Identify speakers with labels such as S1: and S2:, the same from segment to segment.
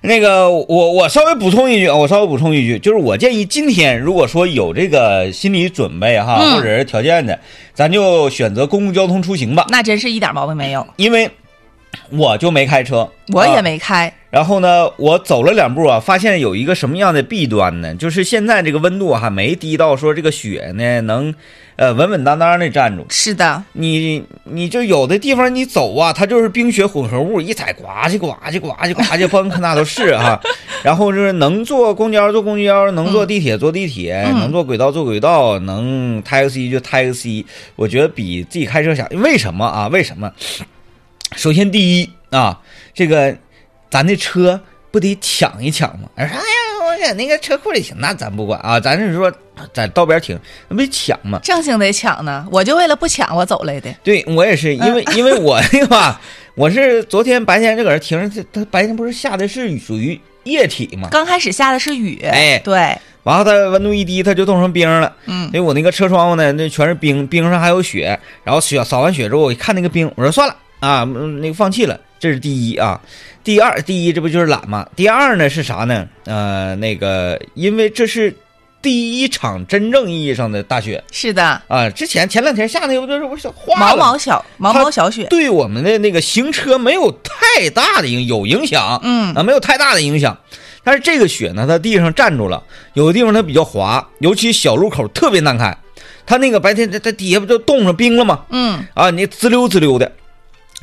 S1: 那个，我我稍微补充一句啊，我稍微补充一句，就是我建议今天如果说有这个心理准备哈，
S2: 嗯
S1: 或者是条件的，咱就选择公共交通出行吧，
S2: 那真是一点毛病没有，
S1: 因为我就没开车，
S2: 我
S1: 啊
S2: 也没开，
S1: 然后呢，我走了两步啊，发现有一个什么样的弊端呢？就是现在这个温度还没低到说这个雪呢能，呃稳稳当当的站住。
S2: 是的，
S1: 你你就有的地方你走啊，它就是冰雪混合物，一踩呱唧呱唧呱唧呱唧崩，那都是哈、 然后就是能坐公交坐公交，能坐地铁坐地铁，
S2: 嗯
S1: 能坐轨道坐轨道，能 taxi 就 taxi。我觉得比自己开车强。为什么啊？为什么？首先第一啊，这个咱的车不得抢一抢吗？哎呀，我在那个车库里停，那咱不管啊，咱是说在道边停，那不得抢吗？
S2: 正经得抢呢，我就为了不抢我走来的，
S1: 对我也
S2: 嗯
S1: 是，因为、因为我那个吧，我是昨天白天这搁这停着，它白天不是下的是属于液体嘛，
S2: 刚开始下的是雨，
S1: 哎
S2: 对，
S1: 完后它温度一低，它就冻成冰了。
S2: 嗯
S1: 所以我那个车窗户呢，那全是冰，冰上还有雪，然后雪扫完雪之后，我一看那个冰，我说算了啊，嗯那个放弃了，这是第一啊。第二，第一这不就是懒吗？第二呢是啥呢？呃，那个因为这是第一场真正意义上的大雪
S2: 是的，
S1: 啊，之前前两天下那个不就是我小化
S2: 毛
S1: 了吗
S2: 毛小毛毛小雪，
S1: 对我们的那个行车没有太大的影有影响，
S2: 嗯
S1: 啊，没有太大的影响。但是这个雪呢，它地上站住了，有的地方它比较滑，尤其小路口特别难开。它那个白天它它底下不就冻上冰了吗？
S2: 嗯，
S1: 啊，你滋溜滋溜的。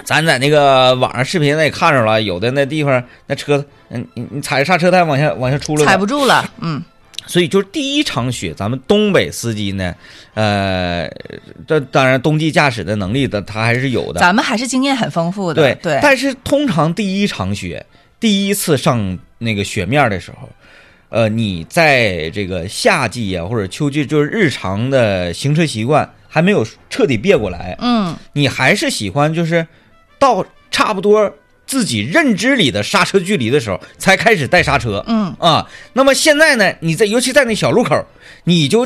S1: 咱在那个网上视频那也看着了，有的那地方那车，嗯，你你踩着刹车带往下往下出溜
S2: 踩
S1: 的，
S2: 不住了，嗯，
S1: 所以就是第一场雪，咱们东北司机呢，呃，这当然冬季驾驶的能力的他还是有的，
S2: 咱们还是经验很丰富的，
S1: 对
S2: 对，
S1: 但是通常第一场雪，第一次上那个雪面的时候，呃，你在这个夏季啊或者秋季，就是日常的行车习惯还没有彻底变过来，
S2: 嗯，
S1: 你还是喜欢就是到差不多自己认知里的刹车距离的时候才开始带刹车，
S2: 嗯
S1: 啊，那么现在呢，你在尤其在那小路口，你就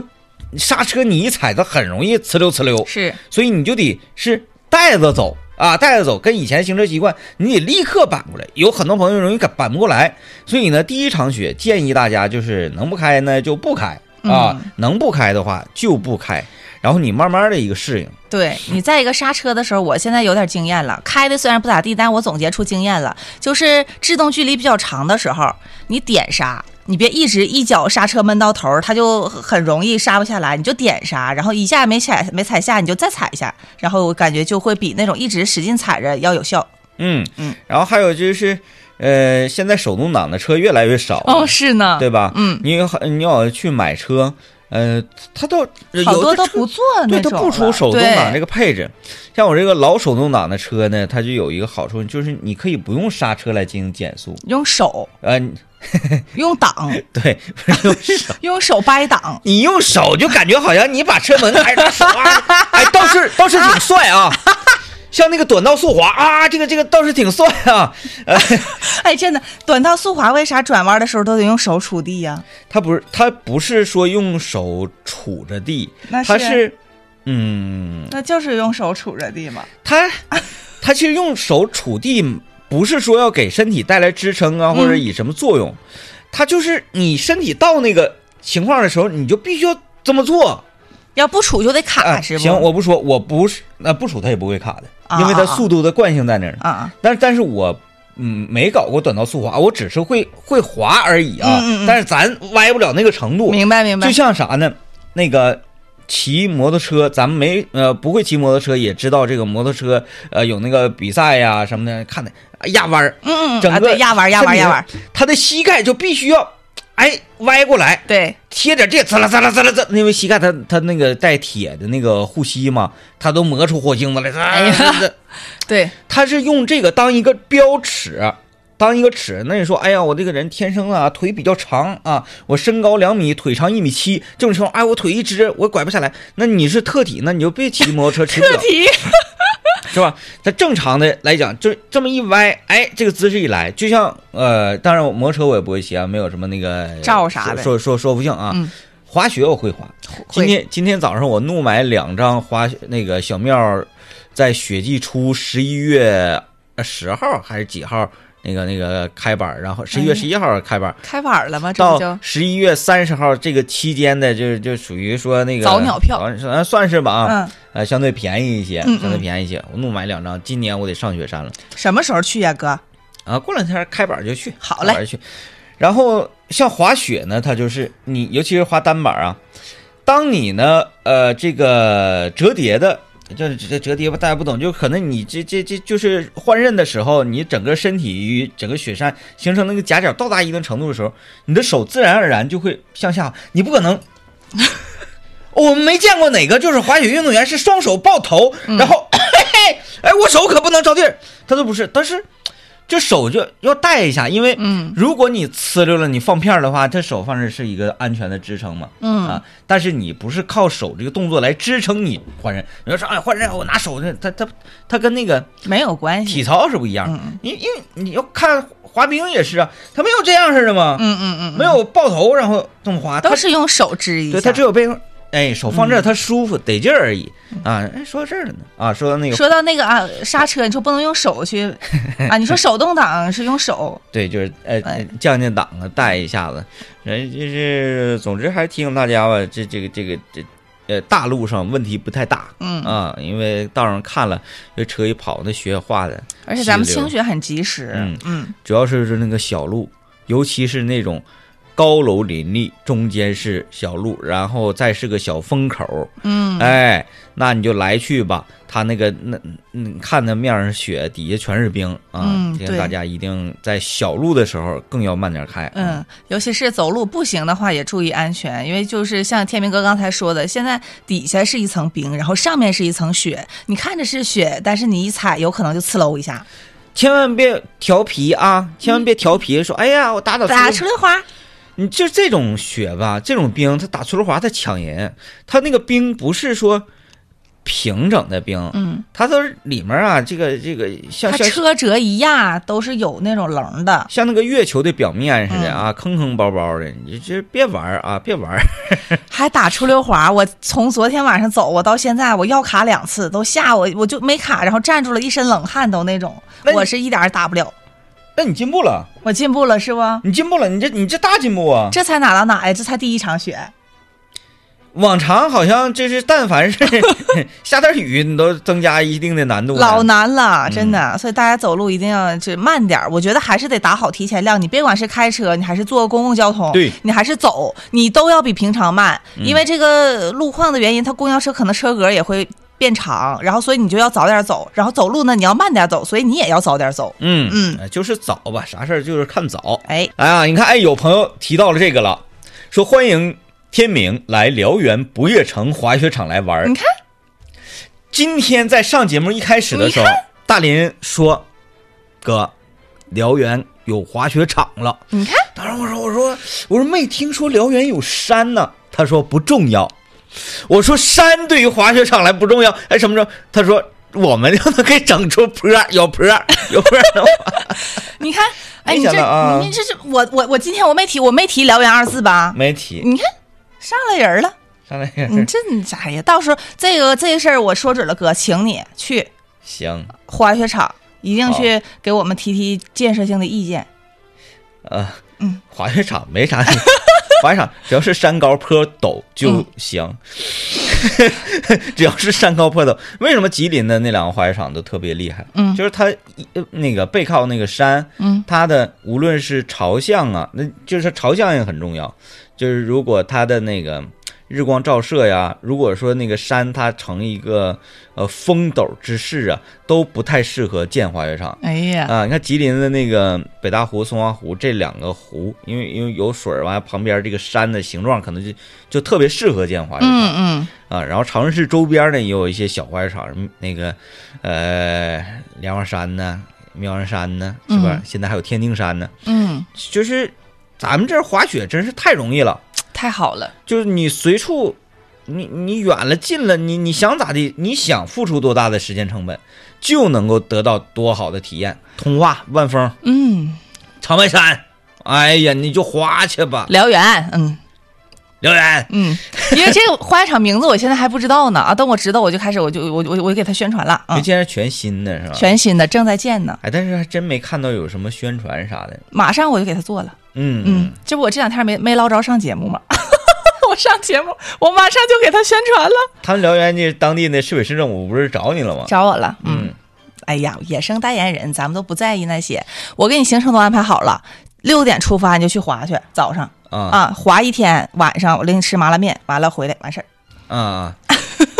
S1: 刹车你一踩，它很容易呲溜呲溜，
S2: 是
S1: 所以你就得是带着走啊，带着走，跟以前行车习惯，你得立刻板过来。有很多朋友容易赶板不过来，所以呢，第一场雪建议大家就是能不开呢就不开
S2: 嗯
S1: 啊，能不开的话就不开，然后你慢慢的一个适应。
S2: 对你在一个刹车的时候，我现在有点经验了。开的虽然不咋地，但我总结出经验了，就是制动距离比较长的时候，你点刹，你别一直一脚刹车闷到头儿，它就很容易刹不下来。你就点刹，然后一下没踩没踩下，你就再踩一下，然后我感觉就会比那种一直使劲踩着要有效。
S1: 嗯
S2: 嗯，
S1: 然后还有就是，呃，现在手动挡的车越来越少了，
S2: 哦是呢
S1: 对吧？
S2: 嗯，
S1: 你有很你要去买车，呃，它都有
S2: 好多
S1: 的
S2: 都
S1: 车
S2: 不做
S1: 对，
S2: 那
S1: 它
S2: 啊种了，
S1: 不出手动挡这
S2: 对
S1: 个配置。像我这个老手动挡的车呢，它就有一个好处，就是你可以不用刹车来进行减速。
S2: 用手
S1: 呃，
S2: 用 挡，
S1: 对， 不是用手
S2: 用手掰挡，
S1: 你用手就感觉好像你把车门挨着手啊，哎，倒是倒是挺帅啊。像那个短道速滑啊，这个这个倒是挺帅啊。
S2: 哎，真的短道速滑为啥转弯的时候都得用手触地呀、
S1: 它不是它不是说用手杵着地，
S2: 那
S1: 它是嗯，
S2: 那就是用手杵着地嘛。
S1: 它它其实用手杵地，不是说要给身体带来支撑啊，
S2: 嗯
S1: 或者以什么作用，它就是你身体到那个情况的时候，你就必须要这么做。
S2: 要不杵就得卡，
S1: 哎
S2: 是不？
S1: 行，我不说，我不是那、不杵它也不会卡的，
S2: 啊
S1: 因为它
S2: 啊啊
S1: 速度的惯性在那儿呢。
S2: 啊，
S1: 但但是我嗯没搞过短道速滑，我只是会会滑而已啊。
S2: 嗯嗯嗯
S1: 但是咱歪不了那个程度，
S2: 明白明白
S1: 就。像啥呢？那个骑摩托车，咱们没呃不会骑摩托车，也知道这个摩托车呃有那个比赛呀、什么的，看的啊压弯儿，哎
S2: 嗯嗯嗯，
S1: 整
S2: 啊
S1: 个
S2: 对压弯压弯压弯，
S1: 他的膝盖就必须要哎歪过来，
S2: 对，
S1: 贴点这滋啦滋啦滋啦滋，因为膝盖它它那个带铁的那个护膝嘛，它都磨出火星子来，
S2: 哎呀
S1: 滋滋
S2: 对，
S1: 他是用这个当一个标尺，当一个尺。那你说，哎呀，我这个人天生啊腿比较长啊，我身高两米，腿长一米七，这种情况，哎，我腿一直我拐不下来。那你是特体，那你就别骑摩托车，骑不了，
S2: 题
S1: 是吧？它正常的来讲，就这么一歪，哎，这个姿势一来，就像呃，当然我摩托车我也不会骑啊，没有什么那个
S2: 罩啥的
S1: 说说说说不清啊。
S2: 嗯
S1: 滑雪我会滑，今天今天早上我怒买两张滑雪那个小妙儿，在雪季初十一月十号还是几号那个那个开班儿，然后十一月十一号开班儿，
S2: 开板了吗？哎这不
S1: 到啊
S2: 就
S1: 十一月三十号这个期间的，就是就属于说那个
S2: 早鸟票
S1: 早算算是吧啊
S2: 嗯，
S1: 呃，相对便宜一些，
S2: 嗯嗯
S1: 相对便宜一些。我怒买两张，今年我得上雪山了
S2: 什么时候去呀、哥？
S1: 啊！过两天开板儿就去，
S2: 好
S1: 开板
S2: 嘞
S1: 儿就去。然后像滑雪呢，它就是你，尤其是滑单板儿啊，当你呢，呃，这个折叠的。这这折叠吧，大家不懂，就可能你这这这就是换刃的时候，你整个身体与整个雪山形成那个夹角到达一定程度的时候，你的手自然而然就会向下，你不可 能。哦我们没见过哪个就是滑雪运动员是双手抱头，
S2: 嗯
S1: 然后、 嘿嘿，哎，我手可不能着地儿，他都不是，但是这手就要带一下，因为
S2: 嗯
S1: 如果你呲溜了，你放片儿的话，他手放这是一个安全的支撑嘛。
S2: 嗯
S1: 啊，但是你不是靠手这个动作来支撑你换人，你要说哎换人，我拿手这，他他他跟那个
S2: 没有关系。嗯
S1: 体操是不一样的，因因为你要看滑冰也是啊，他没有这样式的吗？
S2: 嗯嗯嗯，
S1: 没有抱头然后这么滑，他
S2: 都是用手指一下。
S1: 对他只有背后，哎，手放这儿他舒服、得劲儿而已啊。哎，说到这儿了呢啊，说到那个
S2: 说到那个啊，刹车，你说不能用手 去啊？你说手动挡是用手，
S1: 对，就是呃
S2: 哎
S1: 降降档啊，带一下子，人就是总之还是提醒大家吧，这这个这个这呃大路上问题不太大
S2: 嗯，
S1: 啊，因为道上看了这车一跑，那雪也化的，
S2: 而且咱们
S1: 气流
S2: 清雪很及时，
S1: 嗯
S2: 嗯
S1: 主要是是那个小路，尤其是那种高楼林立，中间是小路，然后再是个小风口，
S2: 嗯
S1: 哎，那你就来去吧。他那个那嗯，看那面上是雪，底下全是冰啊
S2: 嗯，
S1: 提醒
S2: 对
S1: 大家一定在小路的时候更要慢点开。啊，
S2: 嗯，尤其是走路步行的话，也注意安全，因为就是像天明哥刚才说的，现在底下是一层冰，然后上面是一层雪，你看着是雪，但是你一踩，有可能就刺喽一下，
S1: 千万别调皮啊！
S2: 嗯
S1: 千万别调皮，说哎呀，我打倒
S2: 打出
S1: 出。
S2: 溜滑，
S1: 你就这种雪吧，这种冰，它打出溜滑，它抢人。它那个冰不是说平整的冰，
S2: 嗯，
S1: 它都是里面啊，这个这个像
S2: 它
S1: 像
S2: 车辙一压都是有那种棱的，
S1: 像那个月球的表面似的啊，
S2: 嗯
S1: 坑坑包包的。你这别玩儿啊，别玩儿。
S2: 还打出溜滑，嗯我从昨天晚上走，我到现在我要卡两次，都吓我，我就没卡，然后站住了一身冷汗都那种
S1: 那，你
S2: 我是一点儿打不了，
S1: 那你进步了。
S2: 我进步了是不？
S1: 你进步了，你这你这大进步啊！
S2: 这才哪到哪呀？这才第一场雪，
S1: 往常好像这是，但凡是 下点雨，你都增加一定的难度了。
S2: 老难
S1: 嗯
S2: 了，真的。所以大家走路一定要就慢点儿，我觉得还是得打好提前量。你别管是开车，你还是坐公共交通，
S1: 对嗯
S2: 你还是走，你都要比平常慢，因为这个路况的原因，它公交车可能车格也会变长，然后所以你就要早点走，然后走路呢你要慢点走，所以你也要早点走。
S1: 嗯
S2: 嗯
S1: 呃就是早吧，啥事儿就是看早。
S2: 哎，
S1: 哎呀，你看，哎，有朋友提到了这个了，说欢迎天明来辽源不夜城滑雪场来玩儿
S2: 你。看，
S1: 今天在上节目一开始的时候，大林说：“哥，辽源有滑雪场了。”
S2: 你看，
S1: 当时我说我说我说没听说辽源有山呢，他说不重要。我说山对于滑雪场来不重要，哎什么时候？他说我们就能给整出坡，有坡，有坡 的话
S2: 你看，哎，
S1: 没
S2: 你
S1: 想到啊
S2: 这你这是我我我今天我没提我没提辽源二字吧？
S1: 没提
S2: 你看，上来人了。
S1: 上来。
S2: 你这你哎呀，到时候这个这个事儿我说准了，哥，请你去
S1: 行，
S2: 滑雪场，一定
S1: 好
S2: 去给我们提提建设性的意见。
S1: 呃，
S2: 嗯，
S1: 滑雪场没啥， 滑雪场只要是山高坡陡就
S2: 嗯
S1: 行， 只要是山高坡陡。为什么吉林的那两个滑雪场都特别厉害？
S2: 嗯
S1: 就是它一呃那个背靠那个山，
S2: 嗯，
S1: 它的无论是朝向啊，那就是朝向也很重要。就是如果它的那个日光照射呀，如果说那个山它呈一个呃峰斗之势啊，都不太适合建滑雪场。
S2: 哎呀，
S1: 啊，你看吉林的那个北大湖、松花湖这两个湖，因为因为有水儿，完了旁边这个山的形状可能就就特别适合建滑雪场、
S2: 嗯
S1: 啊。然后长春市周边呢也有一些小滑雪场，什么那个呃梁王山呢、苗阳山呢，是吧？
S2: 嗯
S1: 现在还有天定山呢，
S2: 嗯嗯，
S1: 就是咱们这儿滑雪真是太容易了，
S2: 太好了，
S1: 就是你随处。你你远了近了，你你想咋地？你想付出多大的时间成本，就能够得到多好的体验。通化、万丰，
S2: 嗯，
S1: 长白山，哎呀，你就滑去吧。
S2: 辽源，嗯，
S1: 留言。
S2: 嗯，因为这个花场名字我现在还不知道呢啊，等我知道我就开始我就我我我就给他宣传了
S1: 因
S2: 啊
S1: 为，现在是全新的是吧？
S2: 全新的正在建呢，
S1: 哎，但是还真没看到有什么宣传啥的。
S2: 马上我就给他做了。
S1: 嗯
S2: 嗯，这不我这两天没没捞着上节目吗？ 我上节目，我马上就给他宣传了，
S1: 他们辽源这当地的市委市政府不是找你了吗？
S2: 找我了。嗯，
S1: 嗯，
S2: 哎呀，野生代言人，咱们都不在意那些。我给你行程都安排好了，六点出发你就去滑去，早上
S1: 啊
S2: 啊滑一天，晚上我领你吃麻辣面，完了回来完事儿。
S1: 啊啊！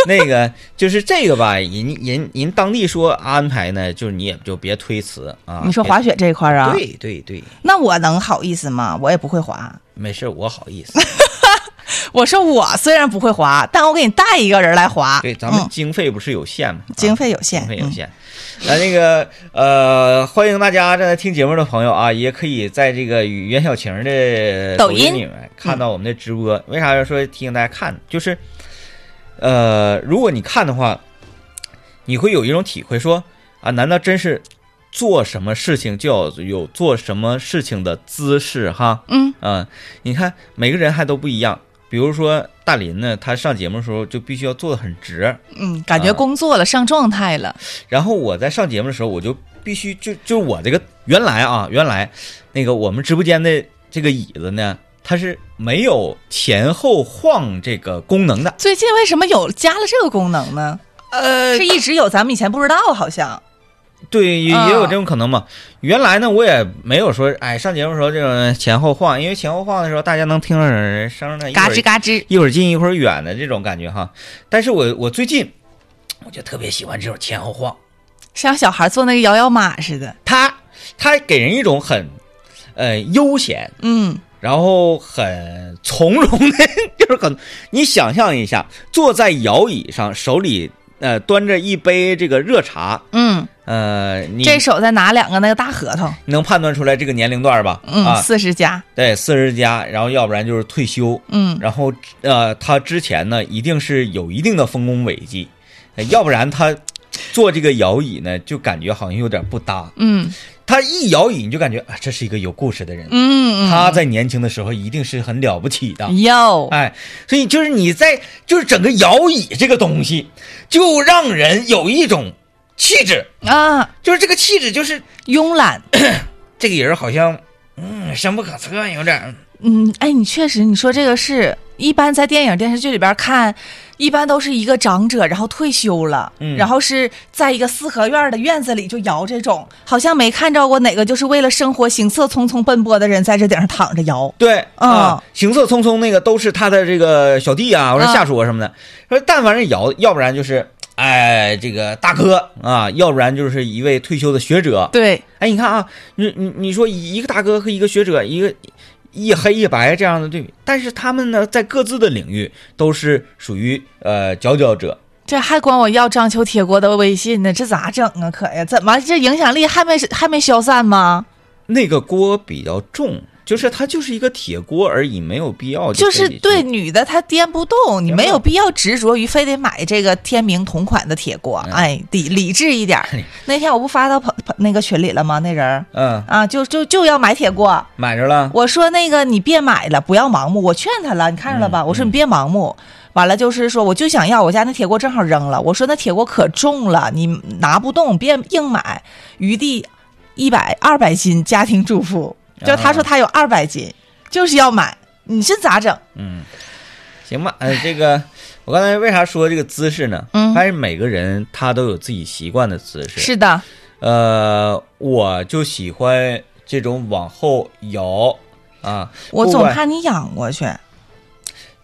S1: 那个就是这个吧，人人人当地说安排呢，就是你也就别推辞啊。
S2: 你说
S1: 别
S2: 滑雪这一块儿啊？
S1: 对对对，
S2: 那我能好意思吗？我也不会滑。
S1: 没事儿，我好意思。
S2: 我说我虽然不会滑，但我给你带一个人来滑。
S1: 对，咱们
S2: 嗯
S1: 经费不是有限吗？啊
S2: 经费有限，
S1: 经费有
S2: 嗯
S1: 限。那、那个呃，欢迎大家正在听节目的朋友啊，也可以在这个与袁小晴的
S2: 抖
S1: 音
S2: 音嗯
S1: 里面看到我们的直播。为啥要说提醒大家看？就是呃，如果你看的话，你会有一种体会说，啊，难道真是做什么事情就要有做什么事情的姿势哈？
S2: 嗯
S1: 啊，你看每个人还都不一样。比如说大林呢，他上节目的时候就必须要做的很直，
S2: 嗯，感觉
S1: 啊
S2: 工作了，上状态了。
S1: 然后我在上节目的时候，我就必须就就我这个原来啊，原来那个我们直播间的这个椅子呢，它是没有前后晃这个功能的。
S2: 最近为什么有加了这个功能呢？
S1: 呃
S2: 是一直有，咱们以前不知道，好像。
S1: 对，也也有
S2: 啊
S1: 这种可能嘛。原来呢，我也没有说，哎，上节目的时候这种前后晃，因为前后晃的时候，大家能听到人声的，一会
S2: 嘎
S1: 儿
S2: 吱嘎吱，
S1: 一会儿近一会儿远的这种感觉哈。但是我我最近我就特别喜欢这种前后晃，
S2: 像小孩坐那个摇摇马似的。
S1: 它它给人一种很呃悠闲。
S2: 嗯，
S1: 然后很从容的，就是很，你想象一下，坐在摇椅上，手里呃端着一杯这个热茶，
S2: 嗯，
S1: 呃，你
S2: 这手再拿两个那个大核桃，
S1: 你能判断出来这个年龄段吧？
S2: 嗯，
S1: 啊，
S2: 四十加，
S1: 对，四十加，然后要不然就是退休，
S2: 嗯，
S1: 然后呃，他之前呢一定是有一定的丰功伟绩，呃要不然他坐这个摇椅呢，就感觉好像有点不搭。
S2: 嗯
S1: 他一摇椅，你就感觉啊，这是一个有故事的人，
S2: 嗯，
S1: 他在年轻的时候一定是很了不起的。
S2: 哟，
S1: 哎，所以就是你在就是整个摇椅这个东西，就让人有一种气质，
S2: 啊，
S1: 就是这个气质就是
S2: 慵懒，
S1: 这个人好像嗯深不可测，有点儿
S2: 嗯，哎，你确实，你说这个是一般在电影电视剧里边看，一般都是一个长者，然后退休了，
S1: 嗯
S2: 然后是在一个四合院的院子里就摇这种，好像没看着过哪个就是为了生活行色匆匆奔波的人在这顶上躺着摇。
S1: 对啊、
S2: 啊
S1: 行色匆匆那个都是他的这个小弟啊，或者
S2: 啊
S1: 下属啊什么的。说但凡是摇，要不然就是哎这个大哥啊，要不然就是一位退休的学者。
S2: 对，
S1: 哎，你看啊，你你你说一个大哥和一个学者，一个一黑一白这样的对比，但是他们呢，在各自的领域都是属于呃佼佼者。
S2: 这还管我要张秋铁锅的微信呢，这咋整啊？可呀，怎么这影响力还没还没消散吗？
S1: 那个锅比较重，就是它就是一个铁锅而已，没有必要
S2: 就
S1: 就是
S2: 对女的她颠不动，你
S1: 颠不
S2: 没有
S1: 动
S2: 必要执着于非得买这个天明同款的铁锅，
S1: 嗯
S2: 哎，理理智一点儿。那天我不发到朋朋那个群里了吗？那人儿
S1: 嗯，
S2: 啊，就就就要买铁锅。
S1: 买着了，
S2: 我说那个你别买了，不要盲目。我劝他了，你看着了吧？
S1: 嗯
S2: 我说你别盲目。完了就是说，我就想要，我家那铁锅正好扔了。我说那铁锅可重了，你拿不动，别硬买。余地一百二百斤，家庭主妇，
S1: 啊
S2: 就他说他有二百斤，就是要买，你这咋整？
S1: 嗯，行吧，呃，这个我刚才为啥说这个姿势呢？
S2: 嗯
S1: 还是每个人他都有自己习惯的姿势。
S2: 是的，
S1: 呃，我就喜欢这种往后摇啊，
S2: 我
S1: 不
S2: 总
S1: 管
S2: 怕你仰过去。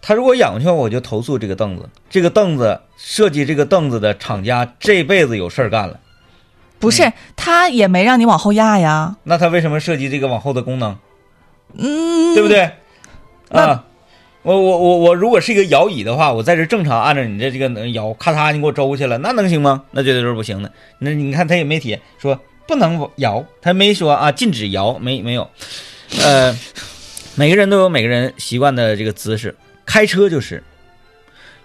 S1: 他如果养不去，我就投诉这个凳子。这个凳子设计这个凳子的厂家这辈子有事儿干了。
S2: 不是，他也没让你往后压呀。
S1: 那他为什么设计这个往后的功能？
S2: 嗯，
S1: 对不对？
S2: 那
S1: 啊，我我我我如果是一个摇椅的话，我在这正常按照你的这个能摇，咔嚓你给我周过去了，那能行吗？那绝对是不行的。那你看他也没提说不能摇，他没说啊禁止摇，没没有。呃，每个人都有每个人习惯的这个姿势，开车就是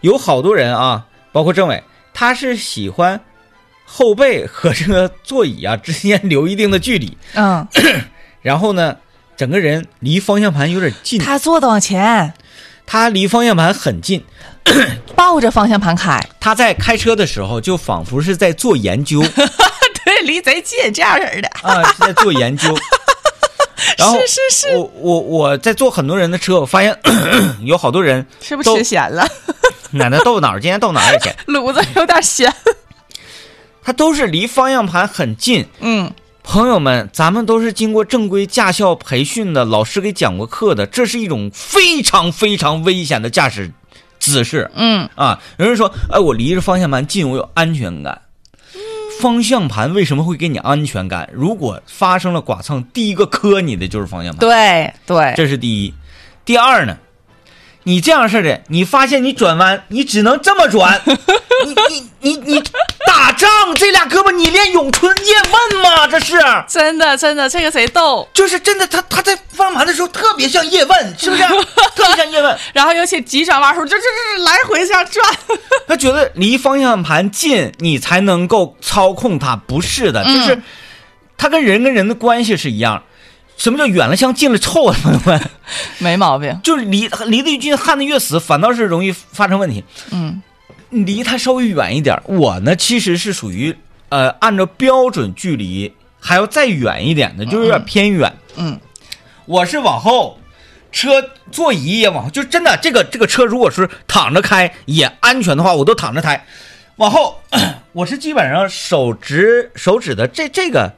S1: 有好多人啊，包括政委，他是喜欢后背和这个座椅啊之间留一定的距离。
S2: 嗯，
S1: 然后呢，整个人离方向盘有点近，
S2: 他坐的往前，
S1: 它离方向盘很近，
S2: 抱着方向盘开，
S1: 他在开车的时候就仿佛是在做研 究
S2: 对，离贼近，这样式儿的。
S1: 啊，是在做研 究。然后
S2: 是是是
S1: 我我我在坐很多人的车，我发现 有好多人
S2: 是不是
S1: 都
S2: 吃咸了？
S1: 奶奶豆脑儿，今天豆脑儿去，哎
S2: 卤子有点咸。
S1: 他都是离方向盘很近。
S2: 嗯，
S1: 朋友们，咱们都是经过正规驾校培训的，老师给讲过课的，这是一种非常非常危险的驾驶姿势。
S2: 嗯，
S1: 啊，有人说，哎，我离着方向盘近，我有安全感。方向盘为什么会给你安全感？如果发生了剐蹭，第一个磕你的就是方向盘，
S2: 对对，
S1: 这是第一。第二呢，你这样式的，你发现你转弯，你只能这么转，你你你你打仗，这俩胳膊你练咏春叶问吗？这是。
S2: 真的真的，这个贼逗。
S1: 就是真的，他他在方向盘的时候特别像叶问，是不是？特别像叶问，
S2: 然后尤其急转弯时候，这这这来回这样转。
S1: 他觉得离方向盘近，你才能够操控它，不是的，
S2: 嗯
S1: 就是他跟人跟人的关系是一样。什么叫远了香，近了臭啊，朋友们？
S2: 没毛 病。
S1: 就是离离得越近，焊得越死，反倒是容易发生问题。
S2: 嗯，
S1: 你离它稍微远一点儿，我呢其实是属于呃，按照标准距离还要再远一点的，就是有点偏远。
S2: 嗯，
S1: 我是往后，车座椅也往后，就真的这个这个车如果是躺着开也安全的话，我都躺着开。往后， 我是基本上手指手指的这这个，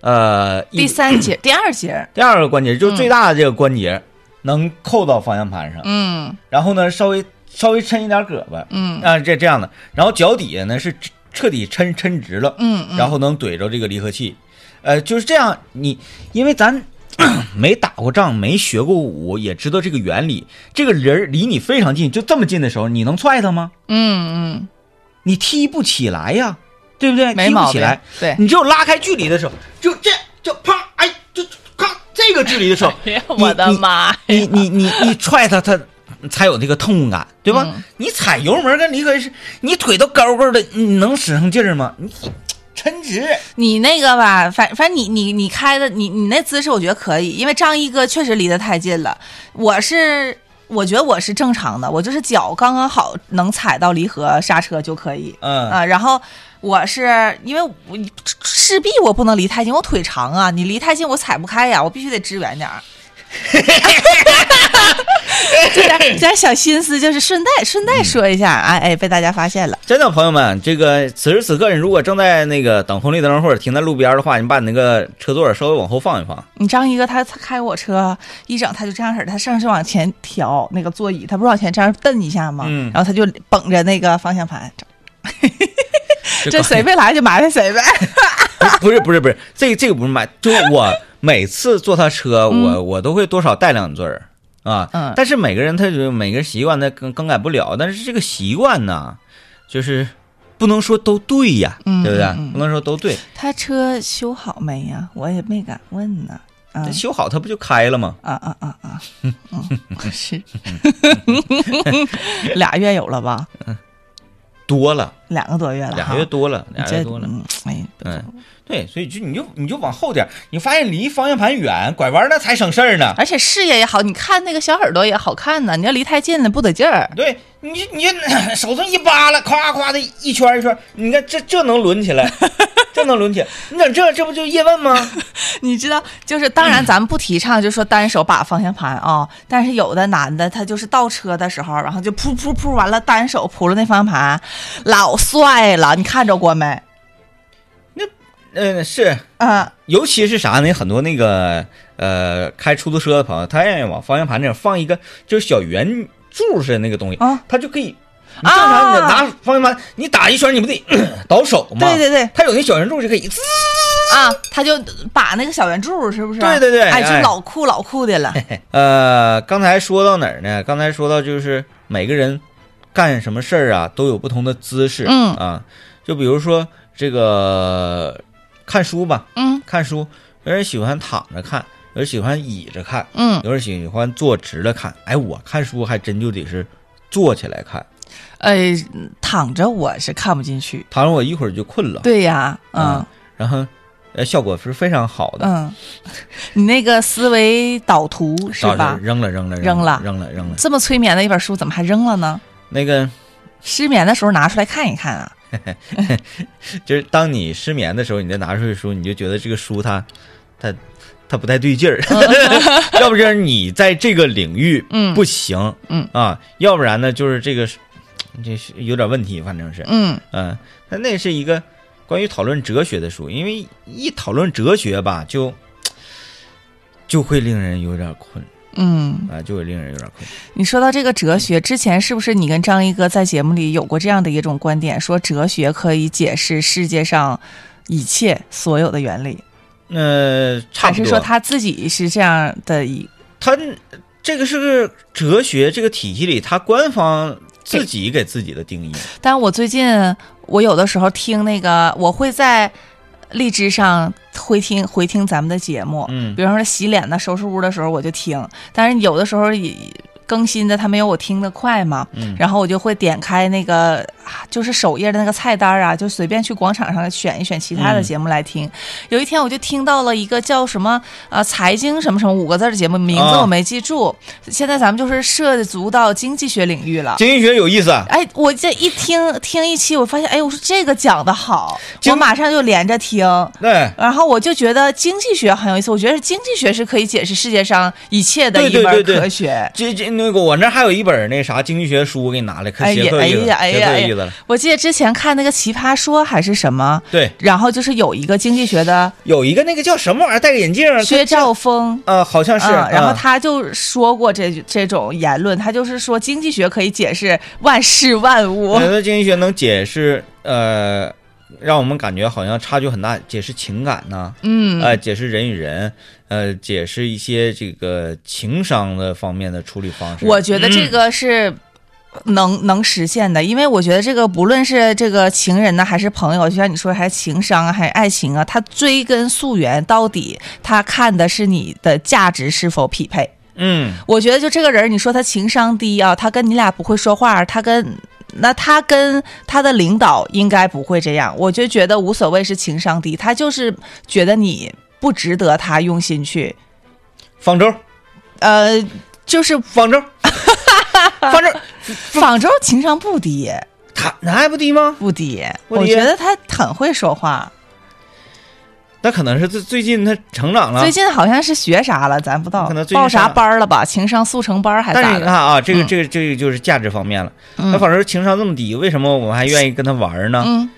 S1: 呃，一
S2: 第三 节、第二节，
S1: 第二个关节就是最大的这个关节、能扣到方向盘上，
S2: 嗯
S1: 然后呢稍微稍微抻一点胳膊，
S2: 嗯
S1: 啊这这样的，然后脚底下呢是彻彻底抻抻直了，
S2: 嗯嗯，
S1: 然后能怼着这个离合器，呃，就是这样。你因为咱 没打过仗，没学过武，也知道这个原理。这个人儿离你非常近，就这么近的时候，你能踹他吗？
S2: 嗯嗯，
S1: 你踢不起来呀，对不对？
S2: 没
S1: 踢不
S2: 毛
S1: 起
S2: 病
S1: 来。。
S2: 对，
S1: 你只有拉开距离的时候，就这就啪，哎，就咔，这个距离的 时候，
S2: 哎呀，
S1: 你
S2: 我的妈！
S1: 你你你你踹他，他才有那个痛感，对吧？
S2: 嗯
S1: 你踩油门跟离合是，你腿都高高的，你能使上劲儿吗？你抻直。
S2: 你那个吧，反反正你你你开的你你那姿势，我觉得可以，因为张一哥确实离得太近了。我是我觉得我是正常的，我就是脚刚刚好能踩到离合刹车就可以
S1: 嗯
S2: 啊、然后我是因为我势必我不能离太近，我腿长啊，你离太近我踩不开呀、我必须得支援点儿。 这点这点小心思就是顺带顺带说一下，哎哎，被大家发现了，
S1: 真的，朋友们，这个此时此刻，你如果正在那个等红绿灯或者停在路边的话，你把你那个车座稍微往后放一 放。
S2: 你张一哥他他开我车一整他就这样式儿，他上是往前调那个座椅，他不是往前这样蹬一下吗？
S1: 嗯
S2: 然后他就绷着那个方向盘，这
S1: 这
S2: 这谁被来就埋汰谁呗。
S1: 不是不是不是，这个这个不是买，就是我每次坐他车，我我都会多少带两句儿啊。
S2: 嗯
S1: 但是每个人他就每个人习惯他更更改不了，但是这个习惯呢，就是不能说都对呀，
S2: 嗯
S1: 对不对？
S2: 嗯嗯
S1: 不能说都对，
S2: 他车修好没呀？我也没敢问呢。啊
S1: 那修好他不就开了吗？
S2: 啊啊啊 啊！嗯，是 俩月有了吧？
S1: 多了，
S2: 两个多月了哈，
S1: 俩月多了，俩
S2: 这
S1: 月多了。
S2: 嗯哎，不错
S1: 嗯，对，所以就你就你就往后点儿，你发现离方向盘远，拐弯儿那才省事儿呢。
S2: 而且视野也好，你看那个小耳朵也好看呢。你要离太近了不得劲儿。
S1: 对，你就你就手这么一扒拉，夸夸的一圈儿一圈儿，你看这这能抡起 来，这能抡起来，你整这这不就叶问吗？
S2: 你知道，就是当然，咱们不提倡，就是说单手把方向盘啊、但是有的男的他就是倒车的时候，然后就噗噗噗，完了单手扑了那方向盘，老帅了。你看着过没？
S1: 嗯，是，
S2: 嗯
S1: 尤其是啥呢？很多那个呃开出租车的朋友，他愿意往方向盘那儿放一个就是小圆柱似的那个东西，
S2: 啊，
S1: 他就可以。你正常，你得拿方向盘，你打一圈儿，你不得呃倒手吗？
S2: 对对对
S1: 他有那小圆柱就可以 滋
S2: 啊，他就把那个小圆柱是不是？
S1: 对对对
S2: 哎，
S1: 哎
S2: 就老酷老酷的了。
S1: 呃，刚才说到哪儿呢？刚才说到就是每个人干什么事儿啊，都有不同的姿势。
S2: 嗯
S1: 啊，就比如说这个看书吧，
S2: 嗯
S1: 看书，有人喜欢躺着看，有人喜欢倚着看，
S2: 嗯，
S1: 有人喜欢坐直了看。哎，我看书还真就得是坐起来看，
S2: 哎，躺着我是看不进去。
S1: 躺着我一会儿就困了。
S2: 对呀，嗯
S1: 啊，然后呃，效果是非常好的。
S2: 嗯，你那个思维导图是
S1: 当时
S2: 吧？
S1: 扔了，扔了，
S2: 扔
S1: 了
S2: 了，
S1: 扔了，扔了。
S2: 这么催眠的一本书，怎么还扔了呢？
S1: 那个
S2: 失眠的时候拿出来看一看啊。
S1: 就是当你失眠的时候，你再拿出去书，你就觉得这个书它它它不太对劲儿， 要不然你在这个领域
S2: 嗯
S1: 不行，
S2: 嗯
S1: 啊，要不然呢就是这个是这是有点问题，反正是，
S2: 嗯
S1: 嗯，那那是一个关于讨论哲学的书，因为一讨论哲学吧，就就会令人有点困
S2: 嗯，
S1: 啊，就会令人有点困。
S2: 你说到这个哲学，之前是不是你跟张一哥在节目里有过这样的一种观点，说哲学可以解释世界上一切所有的原理？
S1: 呃，差
S2: 还
S1: 不多。
S2: 是说他自己是这样的一？
S1: 他这个是个哲学这个体系里，他官方自己给自己的定义。
S2: 但我最近我有的时候听那个，我会在荔枝上回听回听咱们的节目，
S1: 嗯
S2: 比方说洗脸呢、收拾屋的时候我就听，但是有的时候也更新的它没有我听的快嘛，
S1: 嗯
S2: 然后我就会点开那个啊就是首页的那个菜单啊，就随便去广场上选一选其他的
S1: 嗯
S2: 节目来听。有一天我就听到了一个叫什么啊财经什么什么五个字儿的节目，名字
S1: 啊
S2: 我没记住。现在咱们就是涉足到经济学领域了。
S1: 经济学有意思啊，
S2: 哎，我这一听听一期，我发现，哎，我说这个讲的好，
S1: 经
S2: 我马上就连着听，
S1: 对
S2: 然后我就觉得经济学很有意思。我觉得经济学是可以解释世界上一切的
S1: 对
S2: 一
S1: 对
S2: 门
S1: 对对
S2: 科学。
S1: 这这那个我那还有一本那啥经济学书，我给你拿来，可
S2: 哎
S1: 写
S2: 呀
S1: 可有意思，
S2: 哎呀
S1: 写
S2: 哎呀
S1: 可
S2: 哎
S1: 有
S2: 呀
S1: 意思了。
S2: 我记得之前看那个《奇葩说》还是什么，
S1: 对，
S2: 然后就是有一个经济学的
S1: 有一个那个叫什么玩意儿，戴个眼镜儿，
S2: 薛兆丰。
S1: 啊，好像是。
S2: 嗯，然后
S1: 啊
S2: 他就说过这句这种言论，他就是说经济学可以解释万事万物
S1: 我。觉得经济学能解释呃，让我们感觉好像差距很大，解释情感呐，
S2: 嗯，
S1: 呃，解释人与人，呃，解释一些这个情商的方面的处理方式。
S2: 我觉得这个是能、能实现的，因为我觉得这个不论是这个情人呢，还是朋友，就像你说，还是情商啊，还是爱情啊，他追根溯源到底，他看的是你的价值是否匹配。
S1: 嗯，
S2: 我觉得就这个人，你说他情商低啊，他跟你俩不会说话，他跟。那他跟他的领导应该不会这样，我就觉得无所谓是情商低，他就是觉得你不值得他用心去，
S1: 方舟，
S2: 呃，就是
S1: 方 舟，方舟，
S2: 仿州情商不低，
S1: 他那还不低吗？
S2: 不低，
S1: 不
S2: 我
S1: 低
S2: 觉得他很会说话。
S1: 那可能是最最近他成长了
S2: 最。近好像是学啥了，咱不知道
S1: 啊可能最近
S2: 报啥
S1: 上
S2: 班儿了吧？情商速成班儿还
S1: 但是
S2: 咋
S1: 你
S2: 的？
S1: 看啊，这个
S2: 嗯
S1: 这个这个就是价值方面了。那
S2: 嗯
S1: 反正情商这么低，为什么我们还愿意跟他玩呢？
S2: 嗯，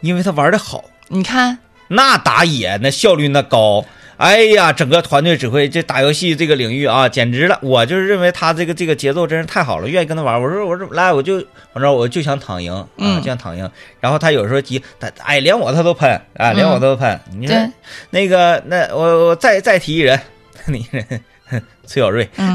S1: 因为他玩的好，
S2: 你看，
S1: 那打野那效率那高。哎呀，整个团队指挥这打游戏这个领域啊，简直了！我就是认为他这个这个节奏真是太好了，愿意跟他玩。我说我说来，我就反正我就想躺赢啊，
S2: 嗯
S1: 就想躺赢。然后他有时候急，他哎连我他都喷，啊，连我
S2: 嗯
S1: 都喷。你说
S2: 对，
S1: 那个，那我我再再提一人， 你人崔小瑞，
S2: 嗯，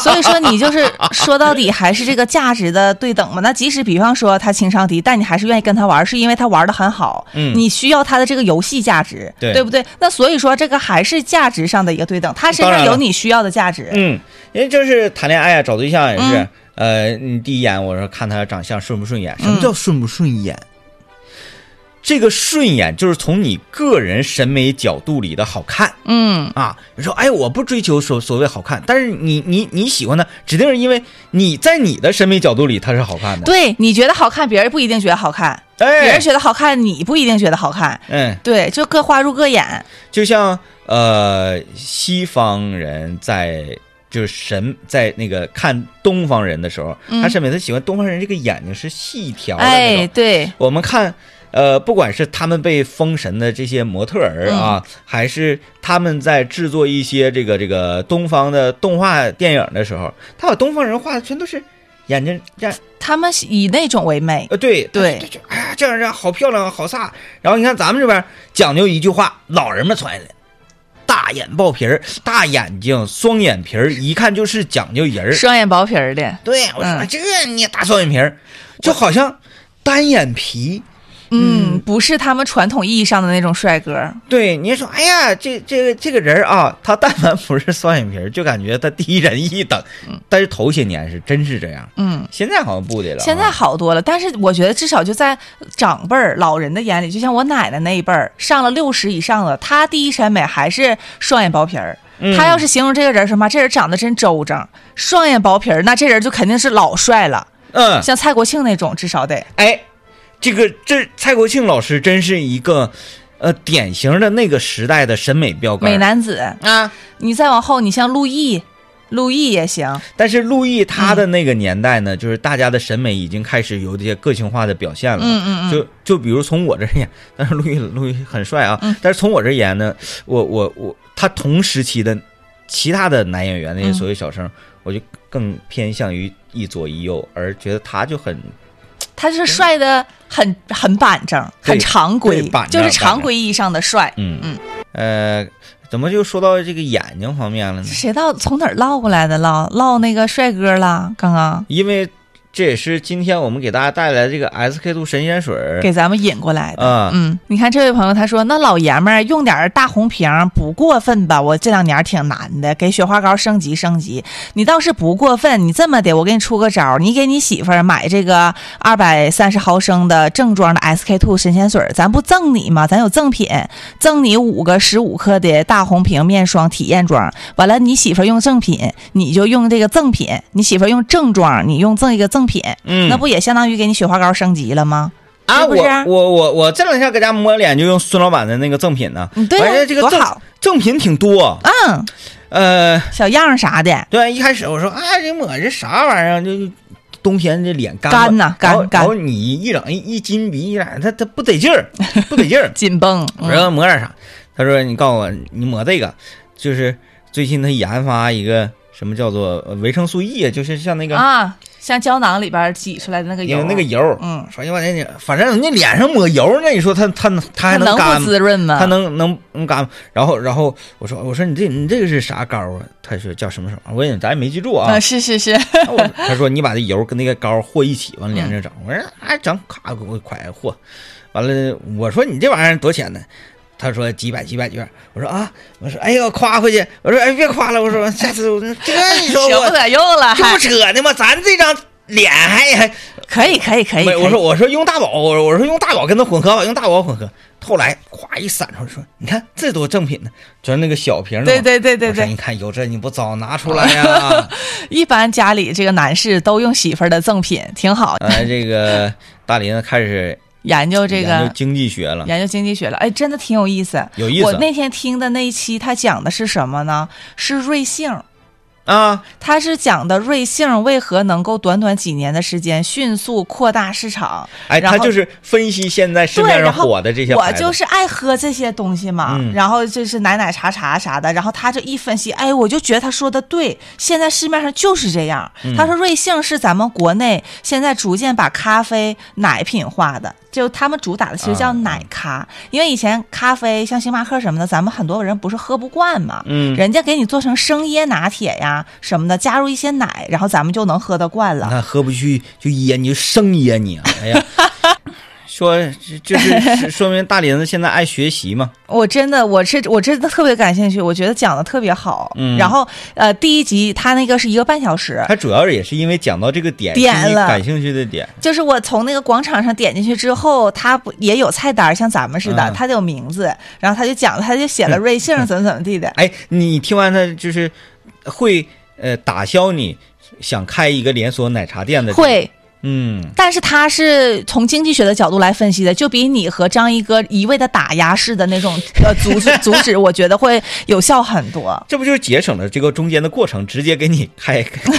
S2: 所以说你就是说到底还是这个价值的对等嘛。那即使比方说他情商低，但你还是愿意跟他玩儿，是因为他玩儿的很好，
S1: 嗯
S2: 你需要他的这个游戏价值，
S1: 对
S2: 不对？那所以说这个还是价值上的一个对等，他身
S1: 当
S2: 上
S1: 然了
S2: 有你需要的价值。
S1: 嗯，因为就是谈恋爱啊，找对象也是
S2: 嗯，
S1: 呃，你第一眼我说看他长相顺不顺眼，什么
S2: 嗯
S1: 叫顺不顺眼？这个顺眼就是从你个人审美角度里的好看
S2: 嗯
S1: 啊。你说，哎，我不追求所所谓好看，但是你你你喜欢他，指定是因为你在你的审美角度里他是好看的。
S2: 对，你觉得好看，别人不一定觉得好看。别
S1: 哎
S2: 人，觉得好看，你不一定觉得好看。
S1: 嗯，
S2: 对，就各花入各眼。
S1: 就像呃，西方人在就是审在那个看东方人的时候，
S2: 嗯
S1: 他审美他喜欢东方人这个眼睛是细条的那种。
S2: 哎，对，
S1: 我们看。呃，不管是他们被封神的这些模特儿啊，
S2: 嗯
S1: 还是他们在制作一些这个这个东方的动画电影的时候，他把东方人画的全都是眼睛这样，
S2: 他们以那种为美。
S1: 呃，对
S2: 对
S1: 就就哎呀，这样这样好漂亮啊，好飒。然后你看咱们这边讲究一句话，老人们传下来，大眼爆皮儿，大眼睛，双眼皮儿，一看就是讲究人儿。
S2: 双眼薄皮儿的，
S1: 对，我说、
S2: 嗯
S1: 这你也大双眼皮儿，就好像单眼皮
S2: 嗯，不是他们传统意义上的那种帅哥，
S1: 对，你说，哎呀，这这个这个人儿啊，他但凡不是双眼皮儿，就感觉他低人一等。但是头些年是真是这样，
S2: 嗯。
S1: 现在好像不的了啊。
S2: 现在好多了，但是我觉得至少就在长辈儿、老人的眼里，就像我奶奶那一辈儿，上了六十以上了，她第一审美还是双眼薄皮儿。
S1: 嗯
S2: 她要是形容这个人什么，这人长得真周正，双眼薄皮儿，那这人就肯定是老帅了，
S1: 嗯，
S2: 像蔡国庆那种，至少得
S1: 哎，这个这蔡国庆老师真是一个，呃，典型的那个时代的审美标杆。
S2: 美男子。
S1: 啊，
S2: 你再往后，你像陆毅，陆毅也行，
S1: 但是陆毅他
S2: 嗯
S1: 的那个年代呢，就是大家的审美已经开始有这些个性化的表现了。
S2: 嗯嗯嗯，
S1: 就就比如从我这儿演，但是陆毅陆毅很帅啊，
S2: 嗯
S1: 但是从我这儿演呢，我我我他同时期的其他的男演员那些
S2: 嗯
S1: 所谓小生，我就更偏向于一左一右，而觉得他就很
S2: 他就是帅的很很板正，
S1: 对
S2: 很常规
S1: 对板，正
S2: 就是常规意义上的帅。
S1: 嗯
S2: 嗯
S1: 呃，怎么就说到这个眼睛方面了呢？
S2: 谁到从哪儿唠过来的唠唠那个帅哥了？刚刚
S1: 因为这也是今天我们给大家带来这个 SK two 神仙水儿
S2: 给咱们引过来的。
S1: 啊，
S2: 嗯，你看这位朋友他说，那老爷们儿用点儿大红瓶儿不过分吧？我这两年儿挺难的，给雪花膏升级升级。你倒是不过分，你这么的，我给你出个招儿，你给你媳妇儿买这个二百三十毫升的正装的 SK two 神仙水儿，咱不赠你吗？咱有赠品，赠你五个十五克的大红瓶面霜体验装。完了，你媳妇儿用正品，你就用这个赠品；你媳妇儿用正装，你用这一个赠品，
S1: 嗯，
S2: 那不也相当于给你雪花膏升级了吗？
S1: 啊，
S2: 是不是
S1: 我我我我这两天搁家摸脸就用孙老板的那个赠品呢，
S2: 嗯，对
S1: 完
S2: 呀、
S1: 哎了这个
S2: 多
S1: 赠
S2: 好。
S1: 赠品挺多，
S2: 嗯，
S1: 呃。
S2: 小样儿啥的，
S1: 对，一开始我说，哎，这抹这啥玩意儿？这冬天这脸干
S2: 干
S1: 呐
S2: 呐、干
S1: 然后
S2: 干。
S1: 然后你一整一一金鼻一染，它它不得劲儿，不得劲儿
S2: 紧绷。
S1: 我说抹点啥？他说你告诉我，你抹这个，就是最近他研发一个什么叫做呃维生素 E，就是像那
S2: 嗯
S1: 个、
S2: 啊，像胶囊里边儿挤出来的那个
S1: 有
S2: 油，
S1: 那个油。
S2: 嗯，
S1: 说你把那反正人家脸上抹油呢，你说他他他还
S2: 它能
S1: 干吗？
S2: 不滋啊润吗？
S1: 他能能能干吗？然后然后我说我说你这你这个是啥膏啊？他说叫什么什么？我也咱也没记住啊。
S2: 啊，是是是，
S1: 那我他说你把这油跟那个膏和一起，往脸上整。我
S2: 嗯
S1: 说哎，整，咔给我快和。完了，我说你这玩意儿多少钱呢？他说几百几百几百。我说啊，我说哎呀，夸回去。我说哎，别夸了。我说下次我这你说
S2: 舍不
S1: 我
S2: 得用了，
S1: 这
S2: 还
S1: 不扯呢吗？咱这张脸还还
S2: 可以可以可以。
S1: 没，
S2: 可以
S1: 我说我说用大宝，我说我说用大宝跟他混合吧，用大宝混合。后来咵一闪出来，说你看这多正品呢，就是那个小瓶的嘛。
S2: 对对对对
S1: 我说
S2: 对，
S1: 你看有这你不早拿出来呀？
S2: 一般家里这个男士都用媳妇儿的赠品，挺好。
S1: 呃，这个大林开始
S2: 研究这
S1: 研究
S2: 个
S1: 经济学了，
S2: 研究经济学了，哎，真的挺有意思。
S1: 有意思
S2: 我那天听的那一期，他讲的是什么呢？是瑞幸。
S1: 啊！
S2: 他是讲的瑞幸为何能够短短几年的时间迅速扩大市场，
S1: 哎，
S2: 然
S1: 他
S2: 后
S1: 就是分析现在市面
S2: 对
S1: 上
S2: 然后
S1: 火的这些
S2: 我
S1: 牌子，
S2: 就是爱喝这些东西嘛，
S1: 嗯
S2: 然后就是奶奶茶茶啥的，然后他就一分析，哎，我就觉得他说的对，现在市面上就是这样。
S1: 嗯
S2: 他说瑞幸是咱们国内现在逐渐把咖啡奶品化的，就他们主打的其实
S1: 啊
S2: 叫奶咖，因为以前咖啡像星巴克什么的，咱们很多人不是喝不惯嘛，
S1: 嗯，
S2: 人家给你做成生椰拿铁呀什么的，加入一些奶，然后咱们就能喝得惯了
S1: 你。看喝不去就噎你就生噎你啊，哎呀， 说这就是是说明大林子现在爱学习嘛，
S2: 我真的，我是我真的特别感兴趣，我觉得讲的特别好。
S1: 嗯哎
S2: 然后呃，第一集他那个是一个半小时，
S1: 他主要也是因为讲到这个点，
S2: 点
S1: 是你
S2: 了
S1: 感兴趣的点，
S2: 就是我从那个广场上点进去之后，他不也有菜单，像咱们似的
S1: 嗯，
S2: 他得有名字，然后他就讲了，他就写了瑞幸怎么怎么地的。
S1: 哎，你听完他就是会呃打消你想开一个连锁奶茶店的这个，
S2: 会，
S1: 嗯，
S2: 但是他是从经济学的角度来分析的，就比你和张一哥一味的打压式的那种呃阻 止阻止，我觉得会有效很多。
S1: 这不就是节省了这个中间的过程，直接给你开开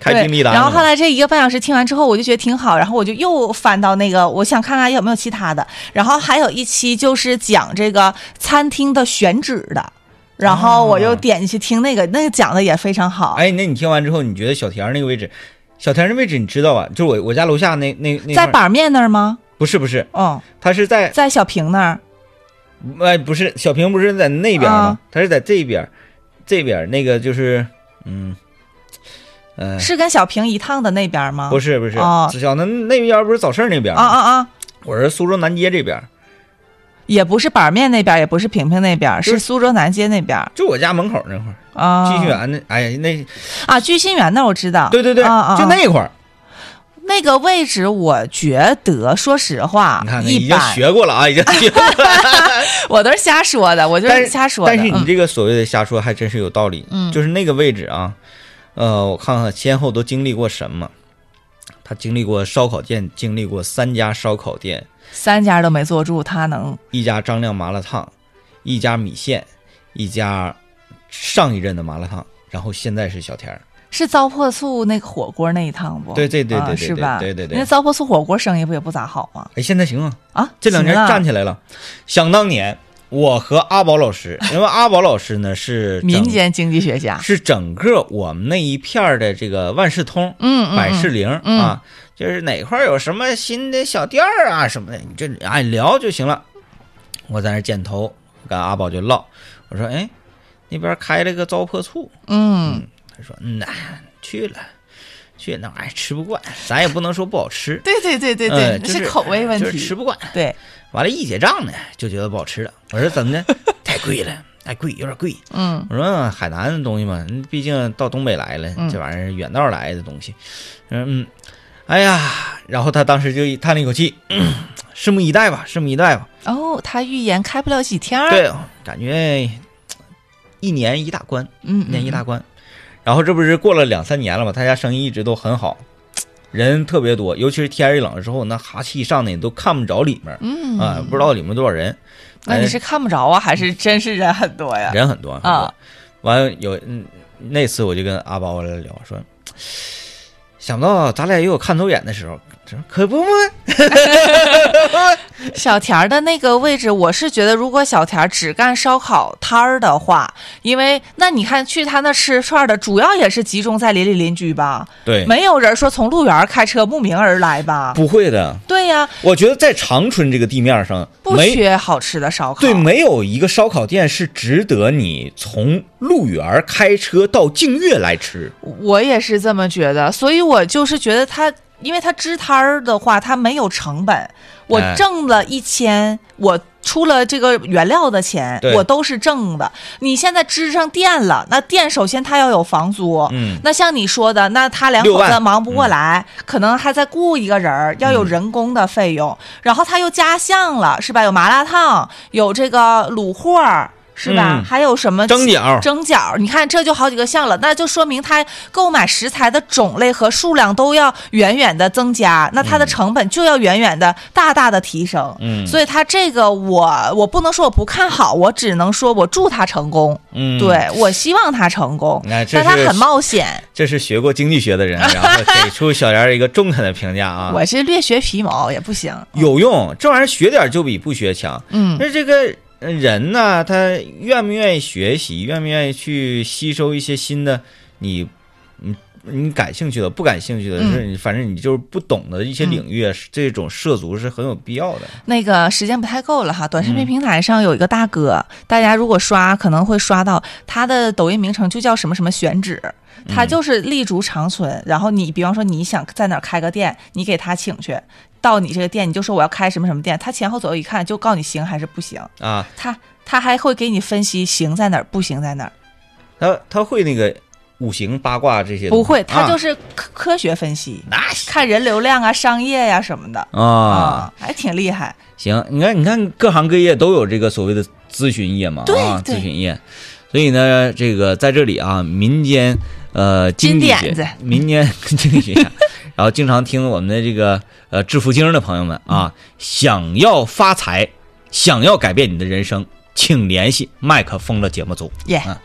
S1: 开
S2: 对，
S1: 宾利达了吗？
S2: 然后后来这一个半小时听完之后，我就觉得挺好，然后我就又翻到那个，我想看看有没有其他的。然后还有一期就是讲这个餐厅的选址的，然后我又点进去听那个，那个讲的也非常好。
S1: 哦哎，那你听完之后，你觉得小田儿那个位置，小田儿那位置你知道吧？就是我我家楼下那那那
S2: 在
S1: 块儿哎
S2: 板面那儿吗？
S1: 不是不是，
S2: 哦，
S1: 他是在
S2: 在小平那儿。
S1: 哎不是小平不是在那边吗？他是在这边儿，这边儿那个就是嗯呃
S2: 是跟小平一趟的那边吗？
S1: 不是不是，
S2: 哦
S1: 小那那边儿不是早市那边儿
S2: 啊
S1: 吗？
S2: 啊啊！
S1: 我是苏州南街这边儿，
S2: 也不是板面那边，也不是平平那边，
S1: 就是
S2: 是苏州南街那边
S1: 就我家门口那块儿，
S2: 啊。
S1: 积蓄园那，哎呀，那
S2: 啊，聚新园那我知道，
S1: 对对对，
S2: 啊啊、
S1: 就那块儿，
S2: 那个位置，我觉得说实话
S1: 你看，看已
S2: 啊一
S1: 经
S2: 般，
S1: 学过了啊， 已经学过了。
S2: 我都是瞎说的，我就
S1: 但是
S2: 瞎说 的。
S1: 但是你
S2: 嗯
S1: 这个所谓的瞎说还真是有道理，
S2: 嗯
S1: 就是那个位置啊，呃，我看看先后都经历过什么。他经历过烧烤店，经历过三家烧烤店，
S2: 三家都没坐住，他能
S1: 一家张亮麻辣烫，一家米线，一家上一任的麻辣烫，然后现在是小田儿。
S2: 是糟粕醋那个火锅那一趟不？
S1: 对对对
S2: 啊
S1: 对对
S2: 是吧？
S1: 对对对
S2: 那糟粕醋火锅生意不也不咋好吗？
S1: 哎，现在行啊，
S2: 啊，
S1: 这两
S2: 行
S1: 年
S2: 啊
S1: 站起来了。想当年，我和阿宝老 师，因为阿宝老师呢是整
S2: 民间经济学家，
S1: 是整个我们那一片儿的这个万事通、
S2: 嗯嗯，
S1: 百
S2: 嗯
S1: 事灵
S2: 嗯
S1: 啊，就是哪块儿有什么新的小店儿啊什么的，你就哎聊就行了。我在那儿剪头，跟阿宝就唠，我说哎，那边开了个糟粕醋，
S2: 嗯，
S1: 他说嗯呐，去了。去那玩意儿吃不惯，咱也不能说不好吃，
S2: 对对对对
S1: 呃
S2: 对，
S1: 就
S2: 这是口味问
S1: 就是吃
S2: 题，
S1: 不惯。
S2: 对，
S1: 完了，一结账呢，就觉得不好吃了。我说怎 么的？太贵了，太贵，有点贵。
S2: 嗯
S1: 我说海南的东西嘛，嗯毕竟到东北来了，
S2: 嗯
S1: 这玩意儿远道来的东西。嗯嗯，哎呀，然后他当时就一叹了一口气，嗯拭目以待吧，拭目以待吧。
S2: 哦，他预言开不了几天儿，
S1: 对，感觉嘖一年一大关，
S2: 嗯，
S1: 一
S2: 嗯，
S1: 年一大
S2: 嗯
S1: 关。然后这不是过了两三年了嘛，他家生意一直都很好，嘖人特别多，尤其是天一冷了之后，那哈气一上呢，你都看不着里面儿
S2: 嗯
S1: 啊，不知道里面多少人。
S2: 那你是看不着啊，还是真是人很多呀？
S1: 人很多很多
S2: 啊
S1: 完了有嗯，那次我就跟阿包来聊说，想不到咱俩也有看走眼的时候，这可不嘛，
S2: 小田儿的那个位置，我是觉得，如果小田儿只干烧烤摊儿的话，因为那你看去他那吃串儿的，主要也是集中在邻里邻居吧，
S1: 对，
S2: 没有人说从路园儿开车慕名而来吧？
S1: 不会的。
S2: 对呀、
S1: 我觉得在长春这个地面上，
S2: 不
S1: 没
S2: 缺好吃的烧烤。
S1: 对没有一个烧烤店是值得你从路园儿开车到净月来吃。
S2: 我也是这么觉得，所以我就是觉得他，因为他支摊儿的话，他没有成本，我
S1: 哎
S2: 挣了一千，我出了这个原料的钱
S1: 对，
S2: 我都是挣的。你现在支上店了，那店首先他要有房租。
S1: 嗯，
S2: 那像你说的，那他两
S1: 六
S2: 口
S1: 万
S2: 子忙不过来，可能还再雇一个人儿，要有
S1: 嗯
S2: 人工的费用，然后他又加项了，是吧？有麻辣烫，有这个卤货儿，是吧？
S1: 嗯
S2: 还有什么
S1: 蒸饺，
S2: 蒸饺，你看这就好几个项了，那就说明它购买食材的种类和数量都要远远的增加，那它的成本就要远远的大大的提升。
S1: 嗯
S2: 所以它这个我我不能说我不看好，我只能说我祝它成功，
S1: 嗯，，
S2: 对我希望它成功，
S1: 那这
S2: 但它很
S1: 是
S2: 冒险，
S1: 这是学过经济学的 人，然后给出小杨一个中肯的评价啊，
S2: 我是略学皮毛也不行。
S1: 有用，这玩意儿学点儿就比不学强。
S2: 嗯，
S1: 那这个呃人呢，他愿不愿意学习，愿不愿意去吸收一些新的，你，你你感兴趣的，不感兴趣的，
S2: 嗯
S1: 是你反正你就是不懂的一些领域，这种涉足是很有必要的。
S2: 那个时间不太够了哈，短视
S1: 嗯
S2: 频平台上有一个大哥，大家如果刷可能会刷到他的抖音名称就叫什么什么选址，
S1: 嗯
S2: 他就是立足长春，然后你比方说你想在哪儿开个店，你给他请去，到你这个店你就说我要开什么什么店，他前后左右一看就告诉你行还是不行，
S1: 啊，
S2: 他他还会给你分析行在哪儿，不行在哪儿，
S1: 他他会那个五行八卦这些东西，
S2: 不会，他就
S1: 啊
S2: 是科科学分析，
S1: 那是
S2: 看人流量啊、商业呀、什么的
S1: 啊，
S2: 还挺厉害。
S1: 行，你看，你看，各行各业都有这个所谓的咨询业嘛，
S2: 对
S1: 啊，
S2: 对
S1: 咨询业。所以呢，这个在这里啊，民间呃经济
S2: 金点子
S1: 学，民间经济学家，然后经常听我们的这个呃致富经的朋友们啊，想要发财，想要改变你的人生，请联系麦克风了节目组。
S2: 耶、
S1: 啊